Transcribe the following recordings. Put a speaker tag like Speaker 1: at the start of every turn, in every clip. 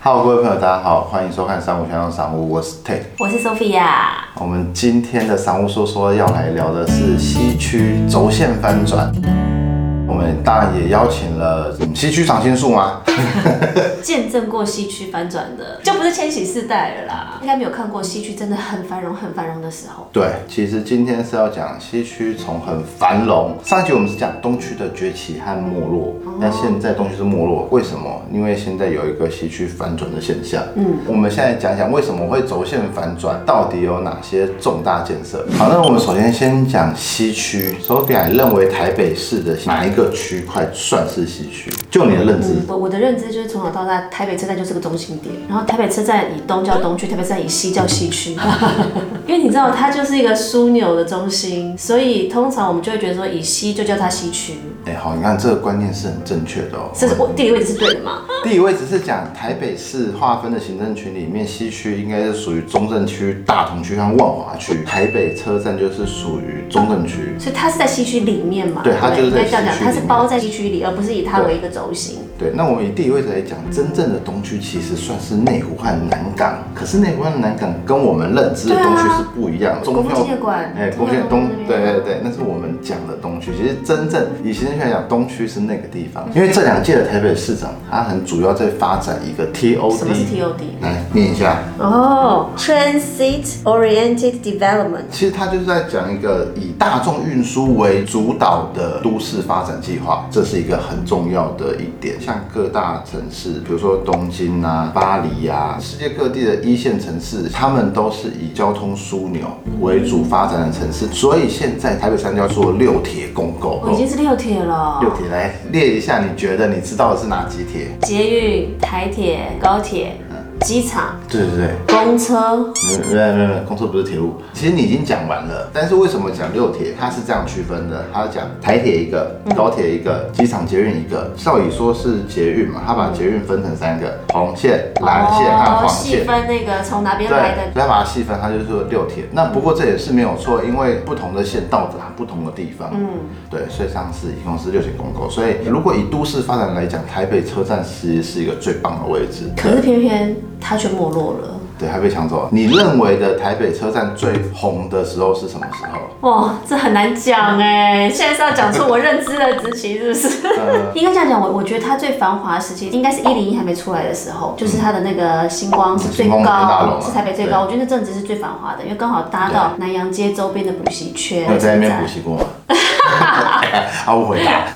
Speaker 1: Hello，各位朋友，大家好，欢迎收看《三五香香赏屋》，我是 Tate。
Speaker 2: 我是 Sophia，
Speaker 1: 我们今天的赏屋说说要来聊的是西区轴线翻转。我们当然也邀请了嗯西区常青树吗？
Speaker 2: 见证过西区翻转的，就不是千禧世代了啦，应该没有看过西区真的很繁荣、很繁荣的时候。
Speaker 1: 对，其实今天是要讲西区从很繁荣，上一集我们是讲东区的崛起和没落，但现在东区是没落，为什么？因为现在有一个西区反转的现象。嗯，我们现在讲讲为什么会轴线反转，到底有哪些重大建设？好，那我们首先先讲西区。Sophia，你认为台北市的哪一个区块算是西区？就你的认知，
Speaker 2: 我我的认知就是从小到大，台北车站就是个中心点，然后台北车站以东叫东区，台北车站以西叫西区， 因为你知道它就是一个枢纽的中心，所以通常我们就会觉得说以西就叫它西区，
Speaker 1: 哎、好，你看这个观念是很正确的哦。
Speaker 2: 这是我地理位置是对的嘛？
Speaker 1: 地理位置是讲台北市划分的行政区里面，西区应该是属于中正区、大同区和万华区，台北车站就是属于中正区。
Speaker 2: 所以它是在西区里面嘛？
Speaker 1: 对
Speaker 2: 不
Speaker 1: 它就是在
Speaker 2: 应该这样讲，
Speaker 1: 西区里
Speaker 2: 它
Speaker 1: 面
Speaker 2: 是包在西区里，而不是以它为一个轴心。
Speaker 1: 对，那我们以地理位置来讲，真正的东区其实算是内湖和南港，可是内湖和南港跟我们认知的东区
Speaker 2: 对啊
Speaker 1: 是不一样的。
Speaker 2: 国父纪念馆
Speaker 1: 哎，国
Speaker 2: 中
Speaker 1: 建
Speaker 2: 央
Speaker 1: 东
Speaker 2: 那，边
Speaker 1: 对对对，那是我们讲的东区。其实真正以行政学来讲，东区是那个地方，因为这两届的台北市长，他很主要在发展一个 TOD。
Speaker 2: 什么是 TOD？
Speaker 1: 来念一下。
Speaker 3: 哦、t r a n s i t Oriented Development，
Speaker 1: 其实他就是在讲一个以大众运输为主导的都市发展计划，这是一个很重要的一点。像各大城市，比如说东京啊、巴黎啊，世界各地的一线城市，他们都是以交通枢纽为主发展的城市。所以现在台北三交做六铁共构，
Speaker 2: 我已经是六铁了，
Speaker 1: 六铁来列一下，你觉得你知道的是哪几铁？
Speaker 2: 捷运、台铁、高铁、机场、
Speaker 1: 对对对，
Speaker 2: 公车，
Speaker 1: 没有没有没有，公车不是铁路。其实你已经讲完了，但是为什么讲六铁？它是这样区分的，它讲台铁一个，
Speaker 2: 嗯
Speaker 1: 高铁一个，机场捷运一个。照理说是捷运嘛，它把捷运分成三个：红线、蓝线和黄
Speaker 2: 哦，
Speaker 1: 线。
Speaker 2: 细分那个从哪边
Speaker 1: 对
Speaker 2: 来的，
Speaker 1: 再把它细分，它就是说六铁。那不过这也是没有错，因为不同的县到达不同的地方。嗯，对，所以上次一共是六铁公构。所以如果以都市发展来讲，台北车站其实是一个最棒的位置。
Speaker 2: 可是偏偏它却没落了。
Speaker 1: 对，还被抢走了。你认为的台北车站最红的时候是什么时候？
Speaker 2: 哇，哦这很难
Speaker 1: 嗯
Speaker 2: 讲哎，现在是要讲出我认知的执情是 不是？
Speaker 1: 呃
Speaker 2: 应该这样讲，我我觉得它最繁华的时期应该是一零一还没出来的时候，就是它的那个星光是最
Speaker 1: 嗯星光大楼
Speaker 2: 高
Speaker 1: 嘛，
Speaker 2: 是台北最高，我觉得那阵子是最繁华的，因为刚好搭到南洋街周边的补习
Speaker 1: 你
Speaker 2: 圈，
Speaker 1: 有在那边补习 过吗？啊，我回答。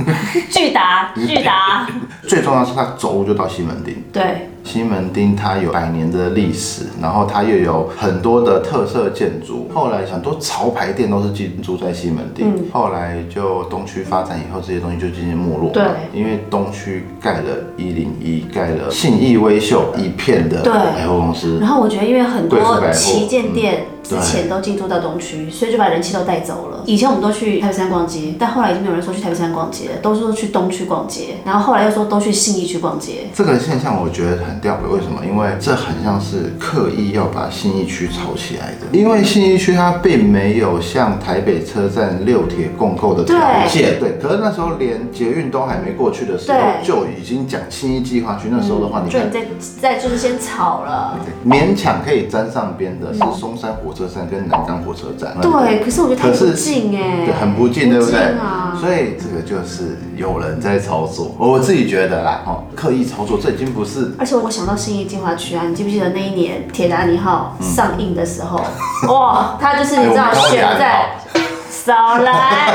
Speaker 2: 巨达巨 达，
Speaker 1: 最重要是它走路就到西门町，
Speaker 2: 对，
Speaker 1: 西门町它有百年的历史，然后它又有很多的特色建筑。后来很多潮牌店都是进驻在西门
Speaker 2: 嗯
Speaker 1: 町，后来就东区发展以后，这些东西就渐渐没落。
Speaker 2: 对
Speaker 1: 因为东区盖了一零一，盖了信义威秀一片的
Speaker 2: 对
Speaker 1: 百货公司，
Speaker 2: 然后我觉得，因为很
Speaker 1: 嗯对是百
Speaker 2: 多
Speaker 1: 货
Speaker 2: 旗舰店
Speaker 1: 对
Speaker 2: 之前都进驻到东区，所以就把人气都带走了。以前我们都去台北山逛街，但后来已经没有人说去台北山逛街了，都是说去东区逛街，然后后来又说都去信义区逛街。
Speaker 1: 这个现象我觉得很吊诡，为什么？因为这很像是刻意要把信义区炒起来的，因为信义区它并没有像台北车站六铁共构的条件，对。可是那时候连捷运都还没过去的时候，
Speaker 2: 对
Speaker 1: 就已经讲信义计划区。那时候的话，你
Speaker 2: 就
Speaker 1: 看
Speaker 2: 你在在就是先炒了，
Speaker 1: 勉强可以沾上边的是松山火车站跟南港火车站，
Speaker 2: 对。可是我觉得
Speaker 1: 嗯
Speaker 2: 太
Speaker 1: 可是
Speaker 2: 不近哎、
Speaker 1: 对，很不近，对不对？
Speaker 2: 啊。
Speaker 1: 所以这个就是有人在操作，我自己觉得啦，哦，刻意操作，这已经不是
Speaker 2: 而且我想到信义计划区啊，你记不记得那一年《铁达尼号》上映的时候，哇，它就是你知
Speaker 1: 嗯哎
Speaker 2: 道
Speaker 1: 我们高铁
Speaker 2: 选
Speaker 1: 还好
Speaker 2: 在少来，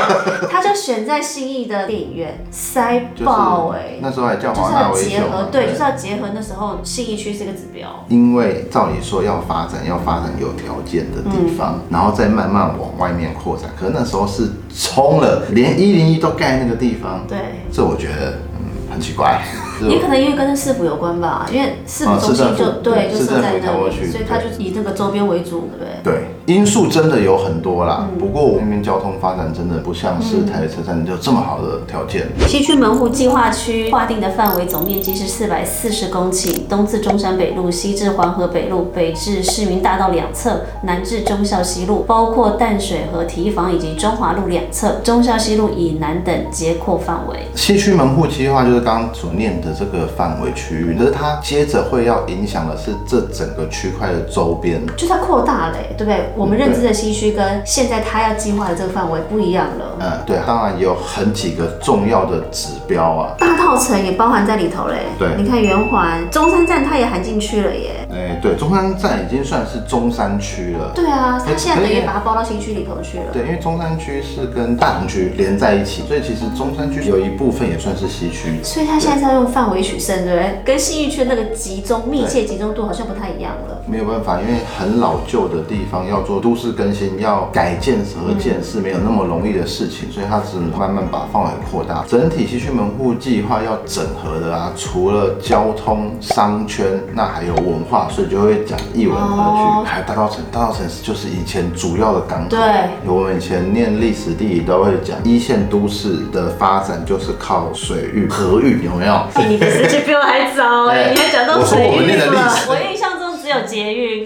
Speaker 2: 它就选在信义的电影院塞
Speaker 1: 就是
Speaker 2: 爆哎、
Speaker 1: 那时候还叫
Speaker 2: 就是
Speaker 1: 华纳
Speaker 2: 要
Speaker 1: 维修
Speaker 2: 结
Speaker 1: 嘛，
Speaker 2: 合，对，就是要结合那时候信义区是个指标。
Speaker 1: 因为照理说要发展，要发展有条件的地方，然后再慢慢往外面扩展。可是那时候是冲了，连一零一都盖那个地方，
Speaker 2: 对，
Speaker 1: 这我觉得嗯很奇怪。
Speaker 2: 也可能因为跟市府有关吧，因为市府
Speaker 1: 哦
Speaker 2: 中
Speaker 1: 市政
Speaker 2: 心
Speaker 1: 府
Speaker 2: 就对，就
Speaker 1: 市
Speaker 2: 设
Speaker 1: 政府
Speaker 2: 啊在
Speaker 1: 才
Speaker 2: 那
Speaker 1: 会
Speaker 2: 里
Speaker 1: 去，
Speaker 2: 所以它就以那个周边为主，对不对？
Speaker 1: 对，因素真的有很多啦。不过我那边交通发展真的不像是台北车站有这么好的条件。
Speaker 2: 西区门户计划区划定的范围总面积是四百四十公顷，东至中山北路，西至黄河北路，北至市民大道两侧，南至忠孝西路，包括淡水河体育房以及中华路两侧，忠孝西路以南等皆扩范围。
Speaker 1: 西区门户计划就是刚刚所念的这个范围区域，可是它接着会要影响的是这整个区块的周边。
Speaker 2: 就它扩大了、对不对？我们认知的西区跟现在它要计划的这个范围不一样了。
Speaker 1: 嗯，对，当然也有很几个重要的指标啊。
Speaker 2: 大套城也包含在里头嘞，
Speaker 1: 对
Speaker 2: 你看圆环、中山站它也含进去了耶。
Speaker 1: 哎，对，中山站已经算是中山区了。
Speaker 2: 对啊，它现在等
Speaker 1: 可
Speaker 2: 于
Speaker 1: 以
Speaker 2: 把它包到西区里头去了。
Speaker 1: 对，因为中山区是跟大同区连在一起，所以其实中山区有一部分也算是西区。
Speaker 2: 所以它现在是要用范围取胜，对不对？跟信义区那个集中、密切集中度好像不太一样 了。
Speaker 1: 没有办法，因为很老旧的地方要做都市更新、要改建合建是没有那么容易的事情，所以它只能慢慢把范围扩大。整体西区门户计划要整合的啊，除了交通、商圈，那还有文化，所以就会讲艺文合区，
Speaker 2: 哦
Speaker 1: 还有大稻城。大稻城就是以前主要的港口。
Speaker 2: 对
Speaker 1: 我们以前念历史地理都会讲，一线都市的发展就是靠水域、河域，有没有？
Speaker 2: 哎你的时间比我还早哎、
Speaker 1: 哎
Speaker 2: 你还讲到
Speaker 1: 我说
Speaker 2: 水
Speaker 1: 我们
Speaker 2: 运
Speaker 1: 念的历
Speaker 2: 了。
Speaker 1: 史
Speaker 2: 我印象中只有捷运。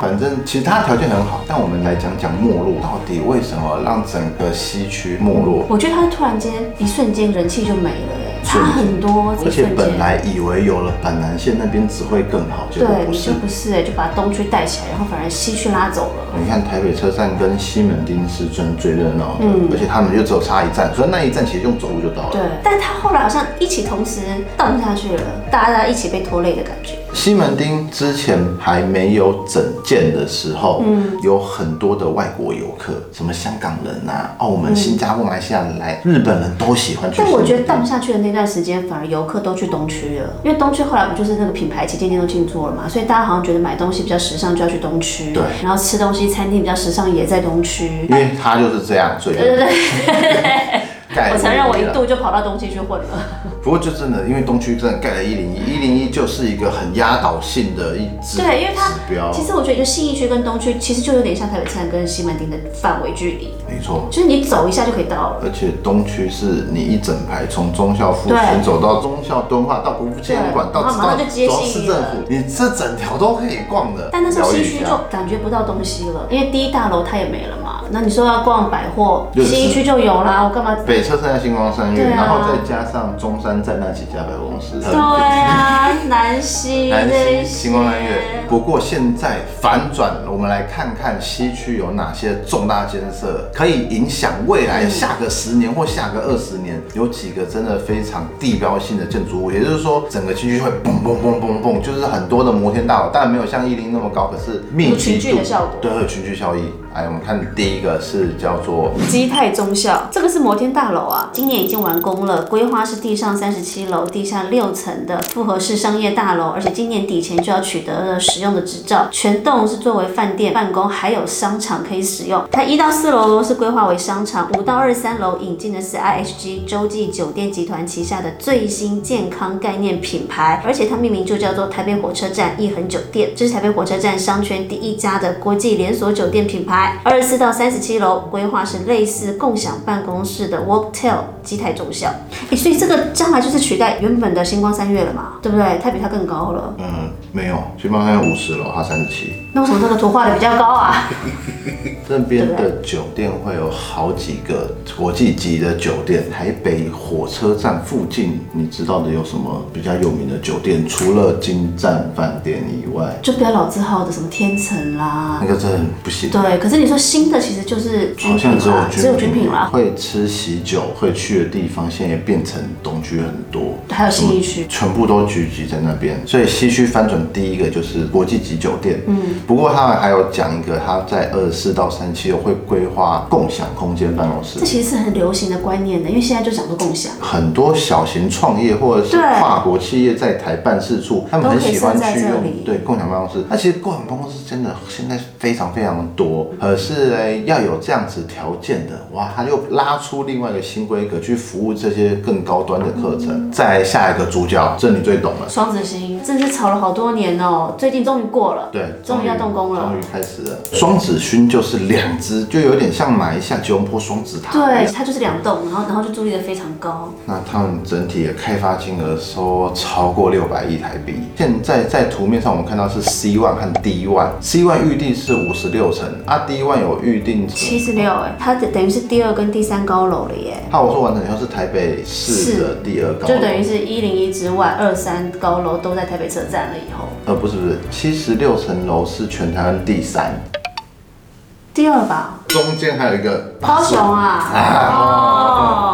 Speaker 1: 反正其实它条件很好，但我们来讲讲没落，到底为什么让整个西区没落？
Speaker 2: 我觉得它突然间一瞬间人气就没了哎、差很多，
Speaker 1: 而
Speaker 2: 一
Speaker 1: 且
Speaker 2: 瞬
Speaker 1: 本
Speaker 2: 间。
Speaker 1: 来以为有了板南线那边只会更好，结果
Speaker 2: 对，
Speaker 1: 不
Speaker 2: 你
Speaker 1: 是
Speaker 2: 就。不是哎、就把东区带起来，然后反而西区拉走了。
Speaker 1: 你看台北车站跟西门町是真最热闹的，而且他们就只有差一站，所以那一站其实用走路就到了。
Speaker 2: 嗯对，但它后来好像一起同时荡下去了，大家一起被拖累的感觉。
Speaker 1: 西门町之前还没有整建的时候，
Speaker 2: 嗯
Speaker 1: 有很多的外国游客，什么香港人啊、澳门、新加坡、马来西亚人来，日本人都喜欢去西
Speaker 2: 嗯但
Speaker 1: 门町。
Speaker 2: 我觉得淡下去的那段时间，反而游客都去东区了，因为东区后来不就是那个品牌旗舰店都进驻了嘛，所以大家好像觉得买东西比较时尚就要去东区，
Speaker 1: 对
Speaker 2: 然后吃东西餐厅比较时尚也在东区
Speaker 1: 因。为他就是这样，所以对对对
Speaker 2: 我承认，我一度就跑到东区去混了。
Speaker 1: 不过就真的，因为东区真的盖了一零一，一零一就是一个很压倒性的一指
Speaker 2: 对，因为它
Speaker 1: 指标，
Speaker 2: 其实我觉得就信义区跟东区其实就有点像台北车站跟西门町的范围距离，
Speaker 1: 没错。
Speaker 2: 就是你走一下就可以到了。
Speaker 1: 而且东区是你一整排从忠孝复
Speaker 2: 对
Speaker 1: 兴走到忠孝敦化，到国父纪念馆，
Speaker 2: 对
Speaker 1: 到
Speaker 2: 然后
Speaker 1: 到
Speaker 2: 马上就接
Speaker 1: 走到
Speaker 2: 信
Speaker 1: 市
Speaker 2: 义
Speaker 1: 政
Speaker 2: 了
Speaker 1: 府，你这整条都可以逛的。
Speaker 2: 但那时候
Speaker 1: 疗愈
Speaker 2: 西
Speaker 1: 一
Speaker 2: 区
Speaker 1: 下
Speaker 2: 就感觉不到东西了，因为第一大楼它也没了嘛。那你说要逛百货，
Speaker 1: 就是
Speaker 2: 西区就有啦，我干嘛？
Speaker 1: 北车站、星光三月，
Speaker 2: 对啊
Speaker 1: 然后再加上中山站那几家百货公司，
Speaker 2: 对啊，南西
Speaker 1: 南
Speaker 2: 这
Speaker 1: 西、
Speaker 2: 些
Speaker 1: 星光南月。不过现在反转，我们来看看西区有哪些重大建设可以影响未来下个十年或下个二十年，有几个真的非常地标性的建筑物，也就是说整个西区会蹦蹦蹦蹦蹦，就是很多的摩天大楼，当然没有像一零那么高，可是密集
Speaker 2: 有群聚的效果
Speaker 1: 对，会有群聚效益。哎，我们看第一个是叫做
Speaker 2: 基泰中校，这个是摩天大楼啊，今年已经完工了，规划是地上三十七楼、地下六层的复合式商业大楼，而且今年底前就要取得了使用的执照。全栋是作为饭店、办公还有商场可以使用。它一到四楼是规划为商场，五到二三楼引进的是 IHG 洲际酒店集团旗下的最新健康概念品牌，而且它命名就叫做台北火车站一恒酒店，这是台北火车站商圈第一家的国际连锁酒店品牌。二十四到三十七楼规划是类似共享办公室的 Worktel 基台中校，诶，所以这个将来就是取代原本的星光三月了嘛，对不对？它比它更高了，
Speaker 1: 嗯没有，星光三月五十楼，它三十七。
Speaker 2: 那为什么这个图画的比较高啊？
Speaker 1: 那边的酒店会有好几个国际级的酒店，台北火车站附近，你知道的有什么比较有名的酒店？除了金站饭店以外，
Speaker 2: 就不要老字号的什么天成啦
Speaker 1: 那。个真的不行。
Speaker 2: 对，可是你说新的其实就是军
Speaker 1: 好
Speaker 2: 品
Speaker 1: 像只有
Speaker 2: 啦，只有军品啦，
Speaker 1: 会吃喜酒会去的地方，现在也变成东区很多，
Speaker 2: 还有信义区
Speaker 1: 全部都聚集在那边，所以西区翻转第一个就是国际级酒店。嗯，不过他们还有讲一个，他在二十四到三期有会规划共享空间办公室
Speaker 2: 这。其实是很流行的观念的，因为现在就讲说共享。
Speaker 1: 很多小型创业或者是
Speaker 2: 对
Speaker 1: 跨国企业在台办事处，他们很喜欢
Speaker 2: 都可以
Speaker 1: 去
Speaker 2: 设在这
Speaker 1: 用
Speaker 2: 里
Speaker 1: 对共享办公室。那其实共享办公室真的现在非常非常多，可是呢要有这样子条件的，哇，他又拉出另外一个新规格去服务这些更高端的课
Speaker 2: 嗯
Speaker 1: 程。再下一个主角，这你最懂了。
Speaker 2: 双子星真的是吵了好多年哦，最近终于过了，
Speaker 1: 对，
Speaker 2: 终于要动工了
Speaker 1: 终于。开始了。双子勋就是两只，就有点像马来西亚吉隆坡双子塔。
Speaker 2: 对，，它就是两栋，然后然后就租立的非常高，
Speaker 1: 那他们整体的开发金额说超过六百亿台币。现在在图面上我们看到是 C one 和 D one，C one 预定是五十六层，啊 D one 有预定
Speaker 2: 七十六哎，它等于是第二跟第三高楼了耶，
Speaker 1: 怕我说完整以后是台北市的第二高楼，
Speaker 2: 就等于是一零一之外二三高楼都在台北车站了以后，
Speaker 1: 呃不是不是，七十六层楼是全台湾第三，
Speaker 2: 第二吧，
Speaker 1: 中间还有一个
Speaker 2: 高雄
Speaker 1: 啊
Speaker 2: 啊，哦。哎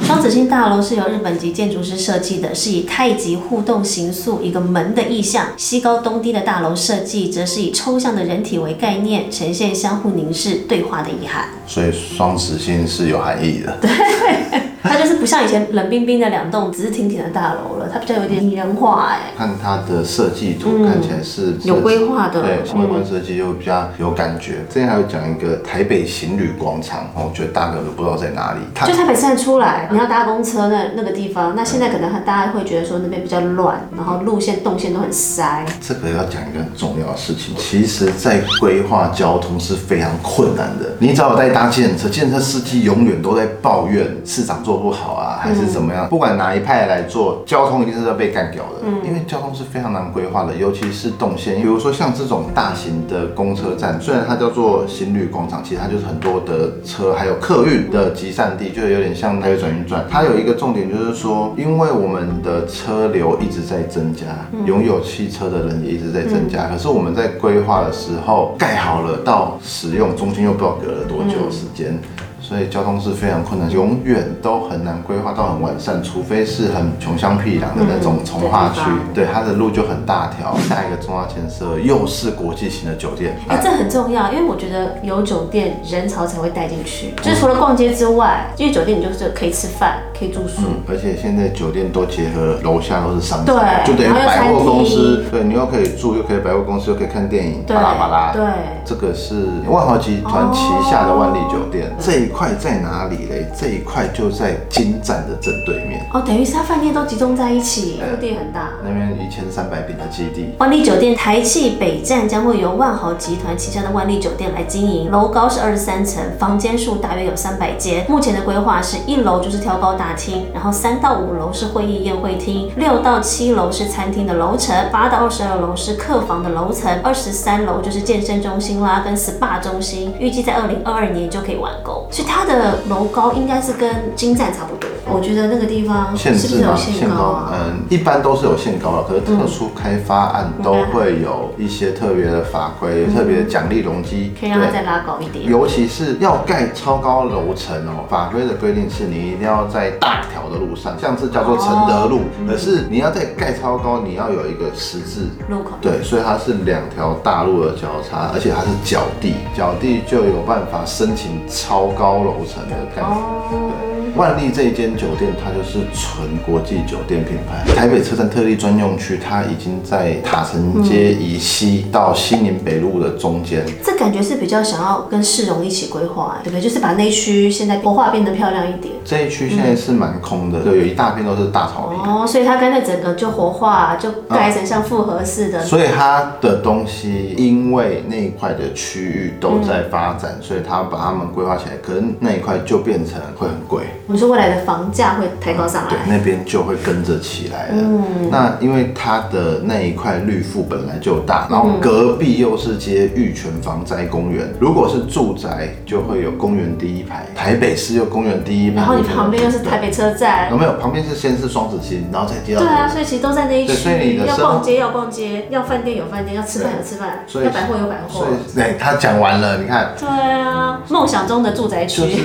Speaker 2: 双子星大楼是由日本籍建筑师设计的，是以太极互动形塑一个门的意象；西高东低的大楼设计，则是以抽象的人体为概念，呈现相互凝视、对话的遗 憾。
Speaker 1: 所以双子星是有含义的。
Speaker 2: 它就是不像以前冷冰冰的两栋直挺挺的大楼了，它比较有点拟人化哎、
Speaker 1: 看它的设计图，看起来是
Speaker 2: 嗯有规划的
Speaker 1: 对，
Speaker 2: 嗯
Speaker 1: 外观设计就比较有感觉。之前还有讲一个台北行旅广场，哦我觉得大家都不知道在哪里。它
Speaker 2: 就台北站出来，你要搭公车那那个地方，那现在可能大家会觉得说那边比较乱，然后路线动线都很塞。
Speaker 1: 这个要讲一个很重要的事情，其实，在规划交通是非常困难的。你只要有在搭建车，建车司机永远都在抱怨市长做不好啊，还是怎么样。不管哪一派来做，交通一定是要被干掉的，因为交通是非常难规划的，尤其是动线。比如说像这种大型的公车站，虽然它叫做行旅广场，其实它就是很多的车，还有客运的集散地，就有点像台北转运站。它有一个重点就是说，因为我们的车流一直在增加，
Speaker 2: 嗯
Speaker 1: 拥有汽车的人也一直在增加，可是我们在规划的时候，盖好了到使用中间又不知道隔了多
Speaker 2: 嗯
Speaker 1: 久时间。所以交通是非常困难，永远都很难规划到很完善，除非是很穷乡僻壤的那种
Speaker 2: 嗯
Speaker 1: 从化区
Speaker 2: 对地方，
Speaker 1: 对它的路就很大条。下一个重要建设又是国际型的酒店，
Speaker 2: 哎、这很重要，因为我觉得有酒店人潮才会带进去，就是除了逛街之外，因为酒店你就是可以吃饭，可以住宿。
Speaker 1: 嗯，而且现在酒店都结合楼下都是商场，
Speaker 2: 对
Speaker 1: 就等于
Speaker 2: 然后又
Speaker 1: 百货
Speaker 2: 餐厅
Speaker 1: 公司，对你又可以住，又可以百货公司，又可以看电影，巴
Speaker 2: 对
Speaker 1: 拉巴拉。
Speaker 2: 对
Speaker 1: 这个是万豪集团旗下的万丽酒
Speaker 2: 哦
Speaker 1: 店，这一块在哪里嘞？这一块就在金站的正对面，
Speaker 2: 哦，等于是它饭店都集中在一起，陆地很大。
Speaker 1: 那边一千三百平的基地，
Speaker 2: 万丽酒店台气北站将会由万豪集团旗下的万丽酒店来经营，楼高是二十三层，房间数大约有三百间。目前的规划是一楼就是挑高大厅，然后三到五楼是会议宴会厅，六到七楼是餐厅的楼层，八到二十二楼是客房的楼层，二十三楼就是健身中心啦跟 SPA 中心，预计在二零二二年就可以完工。所以它的楼高应该是跟金站差不多，我觉得那个地方是
Speaker 1: 限
Speaker 2: 不是
Speaker 1: 制
Speaker 2: 有
Speaker 1: 吗？
Speaker 2: 限高啊？
Speaker 1: 嗯，一般都是有限高的，可是特殊开发案都会有一些特别的法规、特别的奖励容积，
Speaker 2: 嗯可以让它
Speaker 1: 对
Speaker 2: 再拉高一点。
Speaker 1: 尤其是要盖超高楼层哦，法规的规定是你一定要在大条的路上，像是叫做承德路，可是你要在盖超高，你要有一个十字。
Speaker 2: 入口。
Speaker 1: 对，所以它是两条大路的交叉，而且它是脚地，脚地就有办法申请超高楼层的盖法。对，万丽这一间酒店，它就是纯国际酒店品牌。台北车站特立专用区，它已经在塔城街以西到西宁北路的中间，
Speaker 2: 这感觉是比较想要跟市容一起规划，哎对不对？就是把那区现在活化变得漂亮一点。
Speaker 1: 这一区现在是蛮空的，对，有一大片都是大草坪，
Speaker 2: 嗯哦，所以它干脆整个就活化，就盖成像复合式的。
Speaker 1: 所以它的东西因为那一块的区域都在发展，
Speaker 2: 嗯
Speaker 1: 所以它把它们规划起来，可能那一块就变成会很贵。
Speaker 2: 我们说未来的房价会抬高上
Speaker 1: 对，
Speaker 2: 来。
Speaker 1: 那边就会跟着起来了。
Speaker 2: 嗯
Speaker 1: 那因为它的那一块绿腹本来就大，
Speaker 2: 嗯
Speaker 1: 然后隔壁又是接玉泉防灾公园，如果是住宅就会有公园第一排，台北市有公园第一排，
Speaker 2: 然后你旁边又是台北车
Speaker 1: 对，。哦
Speaker 2: 站
Speaker 1: 有没有？旁边是先是双子星，然后再接到
Speaker 2: 对啊，所以其实都在那一
Speaker 1: 对所以你
Speaker 2: 区，
Speaker 1: 的
Speaker 2: 要
Speaker 1: 生活
Speaker 2: 逛街要逛街，要饭店有饭店，要吃饭有吃饭，
Speaker 1: 所以
Speaker 2: 要百货有百货
Speaker 1: 所。以，哎、他讲完了，你看，
Speaker 2: 对啊，梦想中的住宅
Speaker 1: 就是
Speaker 2: 区。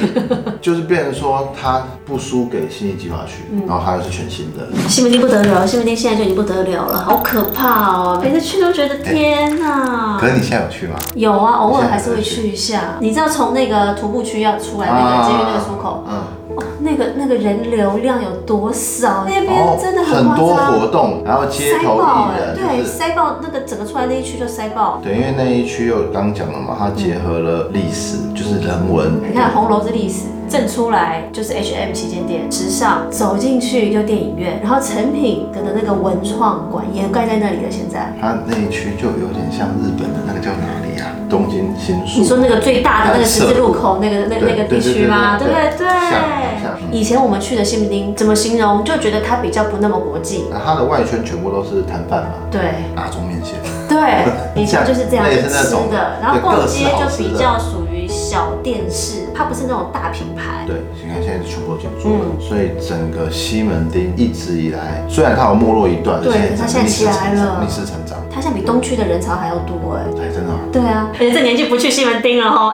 Speaker 1: 就是变成说他不输给新义计划区，
Speaker 2: 嗯
Speaker 1: 然后它又是全新的，
Speaker 2: 西门町不得了，西门町现在就已经不得了了，好可怕哦！每次去都觉得天哪、
Speaker 1: 可是你现在有去吗？
Speaker 2: 有啊，偶尔还是会去一
Speaker 1: 嗯
Speaker 2: 下。你知道从那个徒步区要出来那
Speaker 1: 啊
Speaker 2: 个监狱那个出口，
Speaker 1: 嗯，
Speaker 2: 哦，那个那个人流量有多少？那边真的
Speaker 1: 哦很
Speaker 2: 夸
Speaker 1: 多
Speaker 2: 张，
Speaker 1: 活动，然后街
Speaker 2: 塞
Speaker 1: 头
Speaker 2: 爆
Speaker 1: 艺
Speaker 2: 哎、
Speaker 1: 人，
Speaker 2: 对，
Speaker 1: 就是
Speaker 2: 塞爆那个整个出来那一区就塞爆。
Speaker 1: 对，因为那一区又刚讲了嘛，它结合了历史，就是人文，
Speaker 2: 你看红楼是历史，正出来就是 H M 旗舰店，时尚走进去就电影院，然后成品跟的那个文创馆也盖在那里了。现在
Speaker 1: 它那一区就有点像日本的那个叫哪里啊？东京新宿。
Speaker 2: 你说那个最大的那个十字路口那个那个那个地区吗？对
Speaker 1: 对
Speaker 2: 不
Speaker 1: 对对对
Speaker 2: 对？对
Speaker 1: 像像。
Speaker 2: 以前我们去的西门町怎么形容？就觉得它比较不那么国际。
Speaker 1: 那它的外圈全部都是摊贩嘛，
Speaker 2: 对
Speaker 1: 打中面线，
Speaker 2: 对，以前就是这样
Speaker 1: 类
Speaker 2: 子
Speaker 1: 似那
Speaker 2: 吃
Speaker 1: 种
Speaker 2: 的，然后
Speaker 1: 对
Speaker 2: 逛
Speaker 1: 各式
Speaker 2: 街
Speaker 1: 好
Speaker 2: 就
Speaker 1: 吃
Speaker 2: 比
Speaker 1: 的
Speaker 2: 较属于小电视，它不是那种大品牌。
Speaker 1: 对，你看现在全部都进驻
Speaker 2: 嗯
Speaker 1: 了，所以整个西门町一直以来，虽然它有没落一段，
Speaker 2: 对
Speaker 1: 现
Speaker 2: 可
Speaker 1: 在
Speaker 2: 是
Speaker 1: 整
Speaker 2: 它
Speaker 1: 个逆势
Speaker 2: 现在起来
Speaker 1: 成
Speaker 2: 了
Speaker 1: 长，逆势成长，
Speaker 2: 它现在比东区的人潮还要多哎。
Speaker 1: 对，真的。
Speaker 2: 对啊，而且 这年纪不去西门町了哈。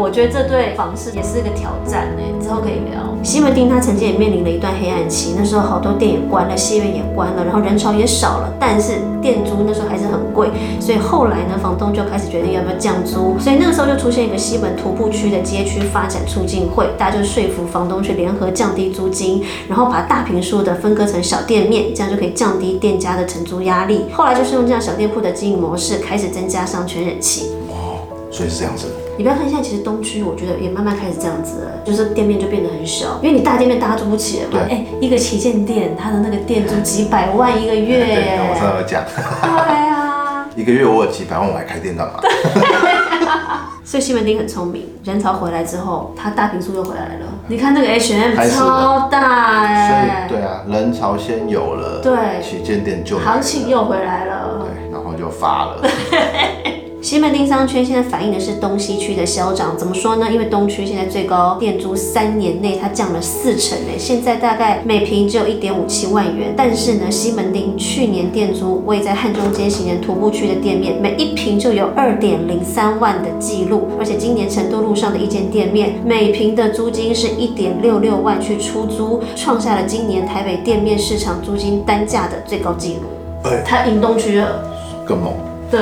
Speaker 2: 我觉得这对房市也是一个挑战哎、之后可以聊。西门町它曾经也面临了一段黑暗期，那时候好多店也关了，戏院也关了，然后人潮也少了，但是店租那时候还是很贵，所以后来呢，房东就开始决定要不要降租，所以那个时候就出现一个西门徒步区的街区发展促进会，大家就说服房东去联合降低租金，然后把大平数的分割成小店面，这样就可以降低店家的承租压力。后来就是用这样小店铺的经营模式，开始增加商圈人气。
Speaker 1: 所以是这样子，
Speaker 2: 你不要看现在，其实东区我觉得也慢慢开始这样子了，就是店面就变得很小，因为你大店面大家租不起了嘛。
Speaker 1: 对
Speaker 2: 哎、一个旗舰店，它的那个店租几百万一个月
Speaker 1: 对，
Speaker 2: 耶
Speaker 1: 跟我。上次讲，
Speaker 2: 对啊，
Speaker 1: 一个月我有几百万，我还开店干嘛？
Speaker 2: 所以西门町很聪明，人潮回来之后，它大平数又回来了。你看那个 H&M
Speaker 1: 开始了
Speaker 2: 超大
Speaker 1: 所
Speaker 2: 哎、
Speaker 1: 以对啊，人潮先有了，
Speaker 2: 对
Speaker 1: 旗舰店就来了
Speaker 2: 行情又回来了。
Speaker 1: 对，然后就发了，
Speaker 2: 西门町商圈现在反映的是东西区的消长，怎么说呢？因为东区现在最高店租三年内它降了四成诶，现在大概每平只有一点五七万元。但是呢，西门町去年店租位在汉中街行人徒步区的店面，每一平就有二点零三万的记录，而且今年成都路上的一间店面，每平的租金是一点六六万去出租，创下了今年台北店面市场租金单价的最高纪录
Speaker 1: 哎。
Speaker 2: 它赢东区了，
Speaker 1: 更猛。
Speaker 2: 对。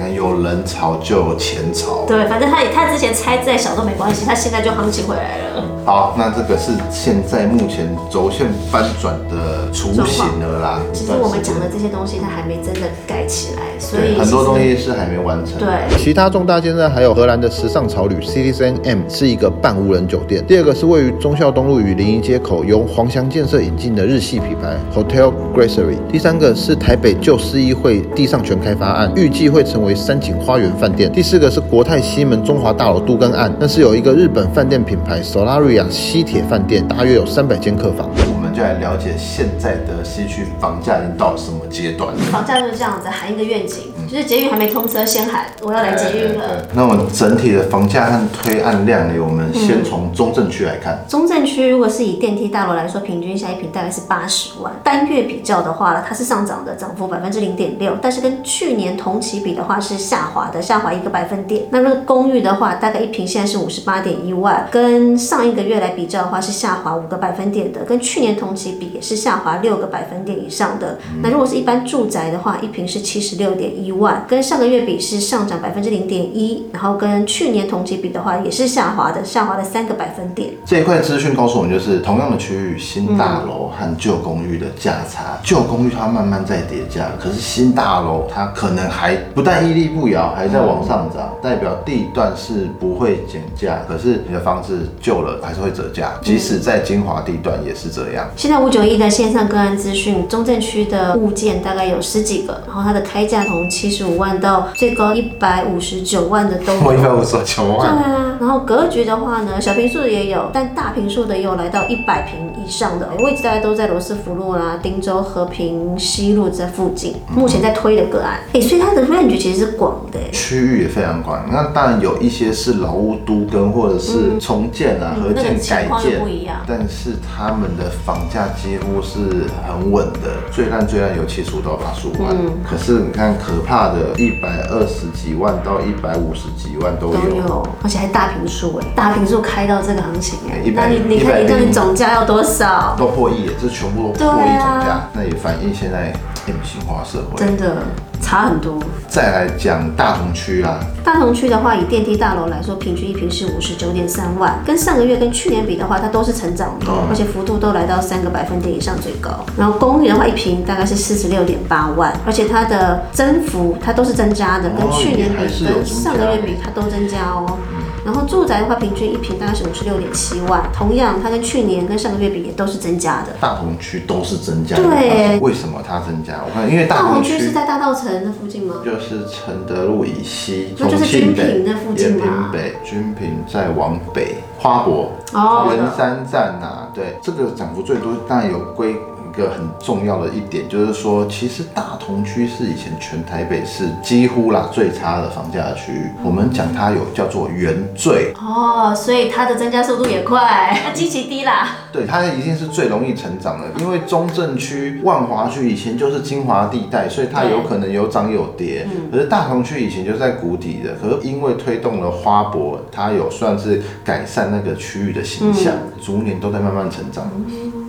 Speaker 1: 你看，有人潮就有钱潮。
Speaker 2: 对，反正他也他之前猜再小都没关系，他现在就行情回来了。
Speaker 1: 好，那这个是现在目前轴线翻转的雏形了啦。
Speaker 2: 其实我们讲的这些东西，他还没真的改起来，所以
Speaker 1: 对很多东
Speaker 2: 其实
Speaker 1: 西是还没完成。
Speaker 2: 对。
Speaker 4: 其他重大建设还有荷兰的时尚潮旅 Citizen M 是一个半无人酒店，第二个是位于忠孝东路与临沂街口由黄翔建设引进的日系品牌 Hotel Gracery，第三个是台北旧市议会地上权开发案，预计会成为山景花园饭店，第四个是国泰西门中华大楼都更案，那是有一个日本饭店品牌 Solaria 西铁饭店，大约有三百间客房。
Speaker 1: 我们就来了解现在的西区房价已经到什么阶段。
Speaker 2: 房价就是这样子，喊一个愿景，就是捷运还没通车，先喊我要来捷运了。
Speaker 1: 那我们整体的房价和推案量呢？我们先从中正区来看，
Speaker 2: 中正区如果是以电梯大楼来说，平均下一平大概是八十万。单月比较的话呢，它是上涨的，涨幅百分之零点六，但是跟去年同期比的话是下滑的，下滑一个百分点。那那个公寓的话，大概一平现在是五十八点一万，跟上一个月来比较的话是下滑五个百分点的，跟去年同期比也是下滑六个百分点以上的。那如果是一般住宅的话，一平是七十六点一万，跟上个月比是上涨百分之零点一，然后跟去年同期比的话也是下滑的，下滑了三个百分点。
Speaker 1: 这一块资讯告诉我们，就是同样的区域，新大楼和旧公寓的价差，旧公寓它慢慢在叠价，可是新大楼它可能还不但屹立不摇，还在往上涨，代表地段是不会减价，可是你的房子旧了还是会折价，即使在精华地段也是这样。
Speaker 2: 现在五九一的线上个案资讯，中正区的物件大概有十几个，然后它的开价从七十五万到最高一百五十九万的都
Speaker 1: 我一
Speaker 2: 有。
Speaker 1: 百五十九
Speaker 2: 对
Speaker 1: 万，
Speaker 2: 啊，然后格局的话呢，小平数的也有，但大平数的也有来到一百平以上的，位置大概都在罗斯福路啦、汀州和平西路这附近。
Speaker 1: 嗯
Speaker 2: 目前在推的个案，哎、所以它的 range 其实是广的、诶
Speaker 1: 区域也非常广。那当然有一些是老屋都跟或者是重建啊、合
Speaker 2: 嗯那
Speaker 1: 建
Speaker 2: 个
Speaker 1: 改
Speaker 2: 情况就
Speaker 1: 建
Speaker 2: 不，一样。
Speaker 1: 但是他们的房价几乎是很稳的，最烂最烂有七十五到八十五万。
Speaker 2: 嗯
Speaker 1: 可是你看可怕的，一百二十几万到一百五十几万都
Speaker 2: 都有，而且还大平数哎，大平数开到这个行情哎
Speaker 1: 一，
Speaker 2: 那
Speaker 1: 百
Speaker 2: 你你
Speaker 1: 一
Speaker 2: 看
Speaker 1: 百
Speaker 2: 你
Speaker 1: 零
Speaker 2: 看你总价要多少？
Speaker 1: 都破亿耶，这全部都破亿总价，
Speaker 2: 啊
Speaker 1: 那也反映现在 M 型化社会。
Speaker 2: 真的差很多。
Speaker 1: 再来讲大同区啊啦，
Speaker 2: 大同区的话，以电梯大楼来说，平均一平是五十九点三万，跟上个月跟去年比的话，它都是成长的，而且幅度都来到三个百分点以上最高。然后公寓的话，一平大概是四十六点八万，而且它的增幅它都是增加的，跟
Speaker 1: 哦
Speaker 2: 去年
Speaker 1: 也还
Speaker 2: 比、
Speaker 1: 是有
Speaker 2: 跟
Speaker 1: 增加
Speaker 2: 上个月比它都增加哦。然后住宅的话，平均一平大概是五十六点七万，同样它跟去年跟上个月比也都是增加的。
Speaker 1: 大同区都是增加的。
Speaker 2: 对
Speaker 1: 为什么它增加？我看因为大
Speaker 2: 大
Speaker 1: 同
Speaker 2: 同区
Speaker 1: 区
Speaker 2: 是在大道城那附近吗？
Speaker 1: 就是承德路以西，
Speaker 2: 那
Speaker 1: 重
Speaker 2: 就是
Speaker 1: 庆
Speaker 2: 军
Speaker 1: 北
Speaker 2: 品那附、近
Speaker 1: 延
Speaker 2: 嘛
Speaker 1: 平北、军品再往北，花博、
Speaker 2: 哦我知道
Speaker 1: 文山站呐、对，这个涨幅最多，当然有归。一个很重要的一点就是说，其实大同区是以前全台北市几乎啦最差的房价的区域。我们讲它有叫做原罪，
Speaker 2: 哦，所以它的增加速度也快，它基期低啦。
Speaker 1: 对，它一定是最容易成长的，因为中正区、万华区以前就是精华地带，所以它有可能有涨有跌。
Speaker 2: 嗯
Speaker 1: 可是大同区以前就是在谷底的，可是因为推动了花博，它有算是改善那个区域的形象，
Speaker 2: 嗯
Speaker 1: 逐年都在慢慢成长，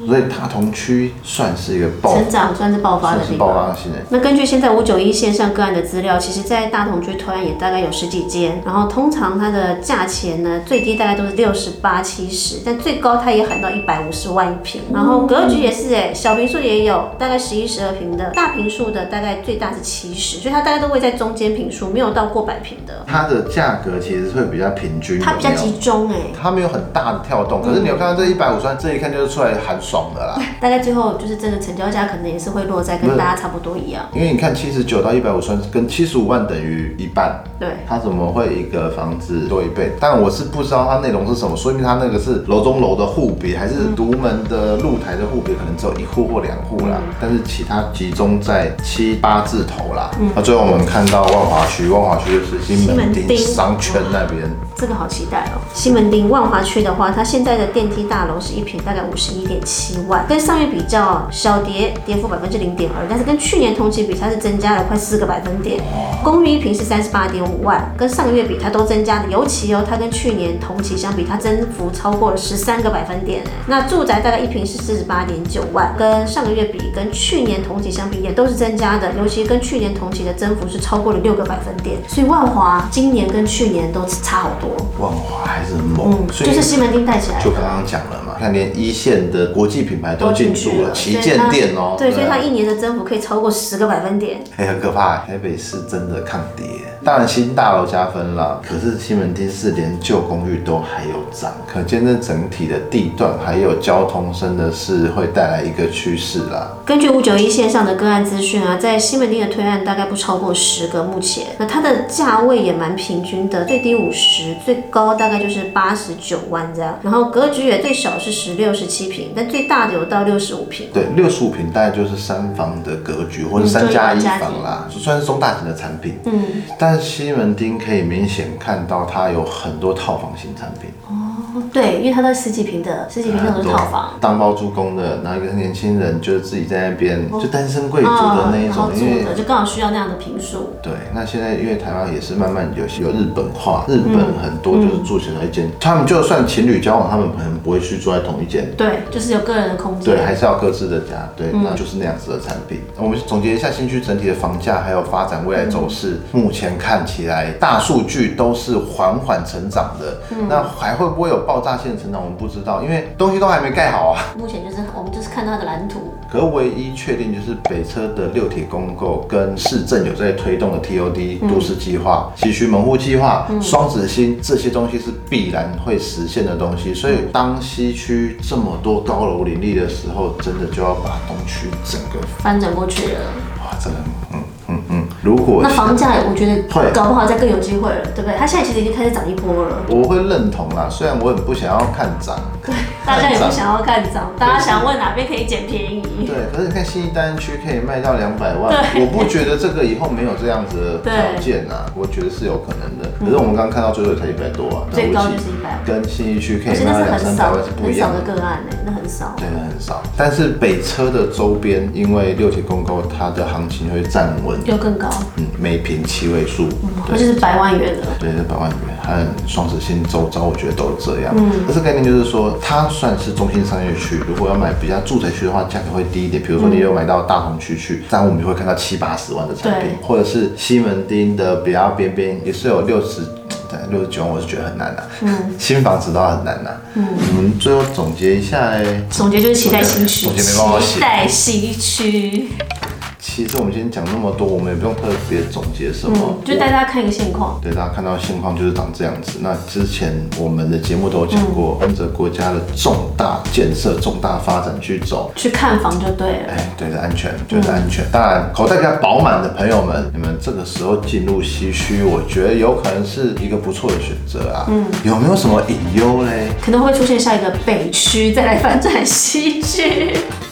Speaker 1: 所以大同区算是一个爆，
Speaker 2: 成长算是爆发的
Speaker 1: 算是
Speaker 2: 地
Speaker 1: 爆
Speaker 2: 方。
Speaker 1: 发性的。
Speaker 2: 那根据现在五九一线上个案的资料，其实，在大同区推案也大概有十几间，然后通常它的价钱呢，最低大概都是六十八、七十，但最高它也喊到一百五十万一平。然后格局也是、哎，小平数也有，大概十一、十二平的，大平数的大概最大是七十，所以它大概都会在中间平数，没有到过百平的，
Speaker 1: 它的价格其实会比较平均，
Speaker 2: 它比较
Speaker 1: 有没有
Speaker 2: 集中哎、
Speaker 1: 它没有很大的跳动，可是你有看到这一百五十万，这一看就是出来喊爽的啦。
Speaker 2: 大概最后就是这个成交价可能也是会落在跟大家差不多一样，
Speaker 1: 因为你看七十九到一百五算跟七十五万等于一半，
Speaker 2: 对。
Speaker 1: 它怎么会一个房子多一倍？但我是不知道它内容是什么，说明它那个是楼中楼的户别，还是独门的露台的户别，可能只有一户或两户啦。
Speaker 2: 嗯
Speaker 1: 但是其他集中在七八字头啦。
Speaker 2: 嗯
Speaker 1: 那、最后我们看到万华区，万华区就是西
Speaker 2: 西
Speaker 1: 门
Speaker 2: 门
Speaker 1: 町
Speaker 2: 町
Speaker 1: 商圈那边，
Speaker 2: 这个好期待哦！西门町万华区的话，它现在的电梯大楼是一平大概五十一点七万，跟上月比较啊小跌，跌幅百分之零点二，但是跟去年同期比，它是增加了快四个百分点。公寓一平是三十八点五万，跟上个月比它都增加了，尤其哦，它跟去年同期相比，它增幅超过了十三个百分点哎。那住宅大概一平是四十八点九万，跟上个月比，跟去年同期相比也都是增加的，尤其跟去年同期的增幅是超过了六个百分点。所以万华今年跟去年都差好多。
Speaker 1: 万华还是很猛，
Speaker 2: 嗯，
Speaker 1: 所以
Speaker 2: 就是西门町带起来
Speaker 1: 就
Speaker 2: 的。
Speaker 1: 刚刚讲了嘛，看连一线的国际品牌都
Speaker 2: 都
Speaker 1: 进
Speaker 2: 进去
Speaker 1: 驻了，
Speaker 2: 了
Speaker 1: 旗舰店哦、
Speaker 2: 对，所以
Speaker 1: 啊
Speaker 2: 它一年的增幅可以超过十个百分点。
Speaker 1: 哎、很可怕！台北市真的抗跌，当然新大楼加分了，可是西门町是连旧公寓都还有涨，可见这整体的地段还有交通真的是会带来一个趋势啦。
Speaker 2: 根据五九一线上的个案资讯啊，在西门町的推案大概不超过十个，目前那它的价位也蛮平均的，最低五十，最高大概就是八十九万这样，然后格局也最小是十六、十七平，但最大的有到六十五平。
Speaker 1: 对，六十五平大概就是三房的格局，或者
Speaker 2: 嗯
Speaker 1: 三加一
Speaker 2: 对家庭
Speaker 1: 房啦，算是中大型的产品。
Speaker 2: 嗯，
Speaker 1: 但西门町可以明显看到它有很多套房型产品，
Speaker 2: 对，因为它都十几平的，十几平那种都是哦套房。
Speaker 1: 当包租公的，然后一个年轻人就是自己在那边就单身贵族的
Speaker 2: 啊，
Speaker 1: 那一
Speaker 2: 然后
Speaker 1: 种，因为
Speaker 2: 住的就刚哦好需要那样的平数，
Speaker 1: 对，那现在因为台湾也是慢慢有有日本化，日本很多就是住起来一间，他们就算情侣交往，他们可能不会去住在同一间。
Speaker 2: 对，就是有个人的空间。
Speaker 1: 对，还是要各自的家，对，那就是那样子的产品。我们总结一下新区整体的房价还有发展未来走势，目前看起来大数据都是缓缓成长的，那还会不会有爆炸性的成长？我们不知道，因为东西都还没盖好啊。
Speaker 2: 目前就是我们就是看它的蓝图，
Speaker 1: 可唯一确定就是北车的六铁公购跟市政有在推动的 TOD
Speaker 2: 嗯
Speaker 1: 都市计划、西区门户计划、双子星这些东西是必然会实现的东西。所以当西区这么多高楼林立的时候，真的就要把东区整个
Speaker 2: 翻转过去了。
Speaker 1: 哇，真的，嗯嗯嗯，如果
Speaker 2: 那房价，我觉
Speaker 1: 会
Speaker 2: 得搞不好再更有机会了，对不对？它现在其实已经开始涨一波了。
Speaker 1: 我会认同啦，虽然我很不想要看涨，
Speaker 2: 对，大家也不想要看涨，大家想问哪边可以捡便宜。
Speaker 1: 对，可是你看新一单区可以卖到两百万，
Speaker 2: 对
Speaker 1: 我不觉得这个以后没有这样子的条件啊，我觉得是有可能的。可是我们刚刚看到最多也才一百多啊，
Speaker 2: 最高
Speaker 1: 但无
Speaker 2: 就是
Speaker 1: 锡
Speaker 2: 100万
Speaker 1: 跟新一区可
Speaker 2: 可
Speaker 1: 以
Speaker 2: 是
Speaker 1: 卖
Speaker 2: 那
Speaker 1: 到
Speaker 2: 是
Speaker 1: 两
Speaker 2: 很
Speaker 1: 三百
Speaker 2: 少
Speaker 1: 万是不
Speaker 2: 很
Speaker 1: 一
Speaker 2: 少
Speaker 1: 样
Speaker 2: 的
Speaker 1: 的。
Speaker 2: 个案呢、欸那很少。
Speaker 1: 对，那很少，但是北车的周边，因为六级公购，它的行情会站稳，
Speaker 2: 又更高，
Speaker 1: 嗯，每平七位数，
Speaker 2: 那就
Speaker 1: 对，
Speaker 2: 是百万元了。
Speaker 1: 对，是百万元，和双子星周遭，我觉得都是这样。嗯，可是概念就是说，它算是中心商业区，如果要买比较住宅区的话，价格会低一点。比如说
Speaker 2: 嗯
Speaker 1: 你有买到大同区去，但我们就会看到七八十万的产品，
Speaker 2: 对
Speaker 1: 或者是西门町的比较边边也是有六十。对，六十九万我是觉得很难拿、啊
Speaker 2: 嗯
Speaker 1: 新房子倒很难拿、嗯，我们最后总结一下嘞，
Speaker 2: 总结就是期待新区，
Speaker 1: 总结没办法写
Speaker 2: 期待新区，
Speaker 1: 其实我们今天讲那么多，我们也不用特别总结什么，
Speaker 2: 嗯，就带大家看一个现况。
Speaker 1: 对，大家看到现况就是长这样子。那之前我们的节目都有讲过，
Speaker 2: 嗯
Speaker 1: 跟着国家的重大建设、重大发展去走。
Speaker 2: 去看房就对了。
Speaker 1: 哎，对的，安
Speaker 2: 嗯
Speaker 1: 全就是安全。当然，口袋比较饱满的朋友们，你们这个时候进入西区，我觉得有可能是一个不错的选择啊。嗯，有没有什么隐忧嘞？
Speaker 2: 可能会出现下一个北区，再来翻转西区。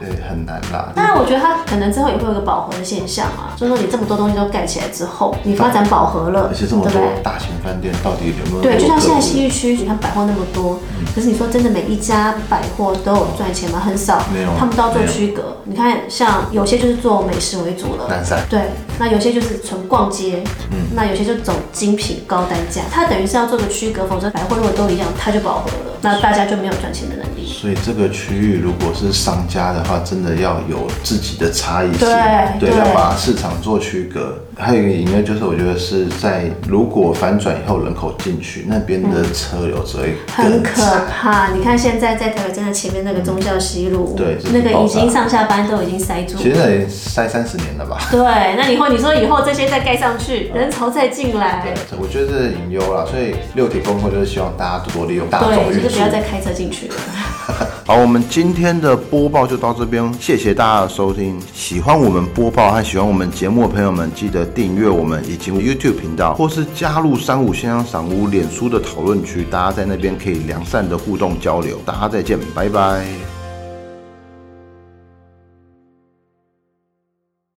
Speaker 1: 对，哎很难啦。
Speaker 2: 当然，我觉得它可能之后也会有个饱和的现象啊，就是说你这么多东西都盖起来之后，你发展饱和了，
Speaker 1: 而且
Speaker 2: 对
Speaker 1: 这么
Speaker 2: 不
Speaker 1: 多
Speaker 2: 对？
Speaker 1: 大型饭店，到底有没有？
Speaker 2: 对，就像现在西域区，你看百货那么多，
Speaker 1: 嗯
Speaker 2: 可是你说真的每一家百货都有赚钱吗？很少，
Speaker 1: 没有啊
Speaker 2: 他们都要做
Speaker 1: 没有
Speaker 2: 区隔。你看，像有些就是做美食为主了，
Speaker 1: 南山
Speaker 2: 对，那有些就是纯逛街，
Speaker 1: 嗯
Speaker 2: 那有些就走精品高单价，它等于是要做个区隔，否则百货如果都一样，它就饱和了，那大家就没有赚钱的能力。
Speaker 1: 所以这个区域如果是商家的话，真的要有自己的差异性，
Speaker 2: 对对
Speaker 1: 要把市场做区隔。还有一个隐忧就是，我觉得是在如果反转以后人口进去，那边的车流只会
Speaker 2: 很
Speaker 1: 更
Speaker 2: 可
Speaker 1: 惨。
Speaker 2: 怕，你看现在在台北站的前面那个忠孝西路，
Speaker 1: 对
Speaker 2: 那个
Speaker 1: 这
Speaker 2: 已
Speaker 1: 是爆
Speaker 2: 经
Speaker 1: 炸
Speaker 2: 上下班都已经塞住。
Speaker 1: 其实那也塞三十年了吧。
Speaker 2: 对，那以后你说以后这些再盖上去，人潮再进来
Speaker 1: 对，，我觉得这是隐忧啦，所以六铁工会就是希望大家多多利用大众
Speaker 2: 对，
Speaker 1: 运
Speaker 2: 就是
Speaker 1: 输
Speaker 2: 不要。再开车进去了。
Speaker 1: 好，我们今天的播报就到这边，谢谢大家的收听。喜欢我们播报和喜欢我们节目的朋友们，记得订阅我们以及 YouTube 频道，或是加入三五先生赏屋脸书的讨论区，大家在那边可以良善的互动交流。大家再见，拜拜。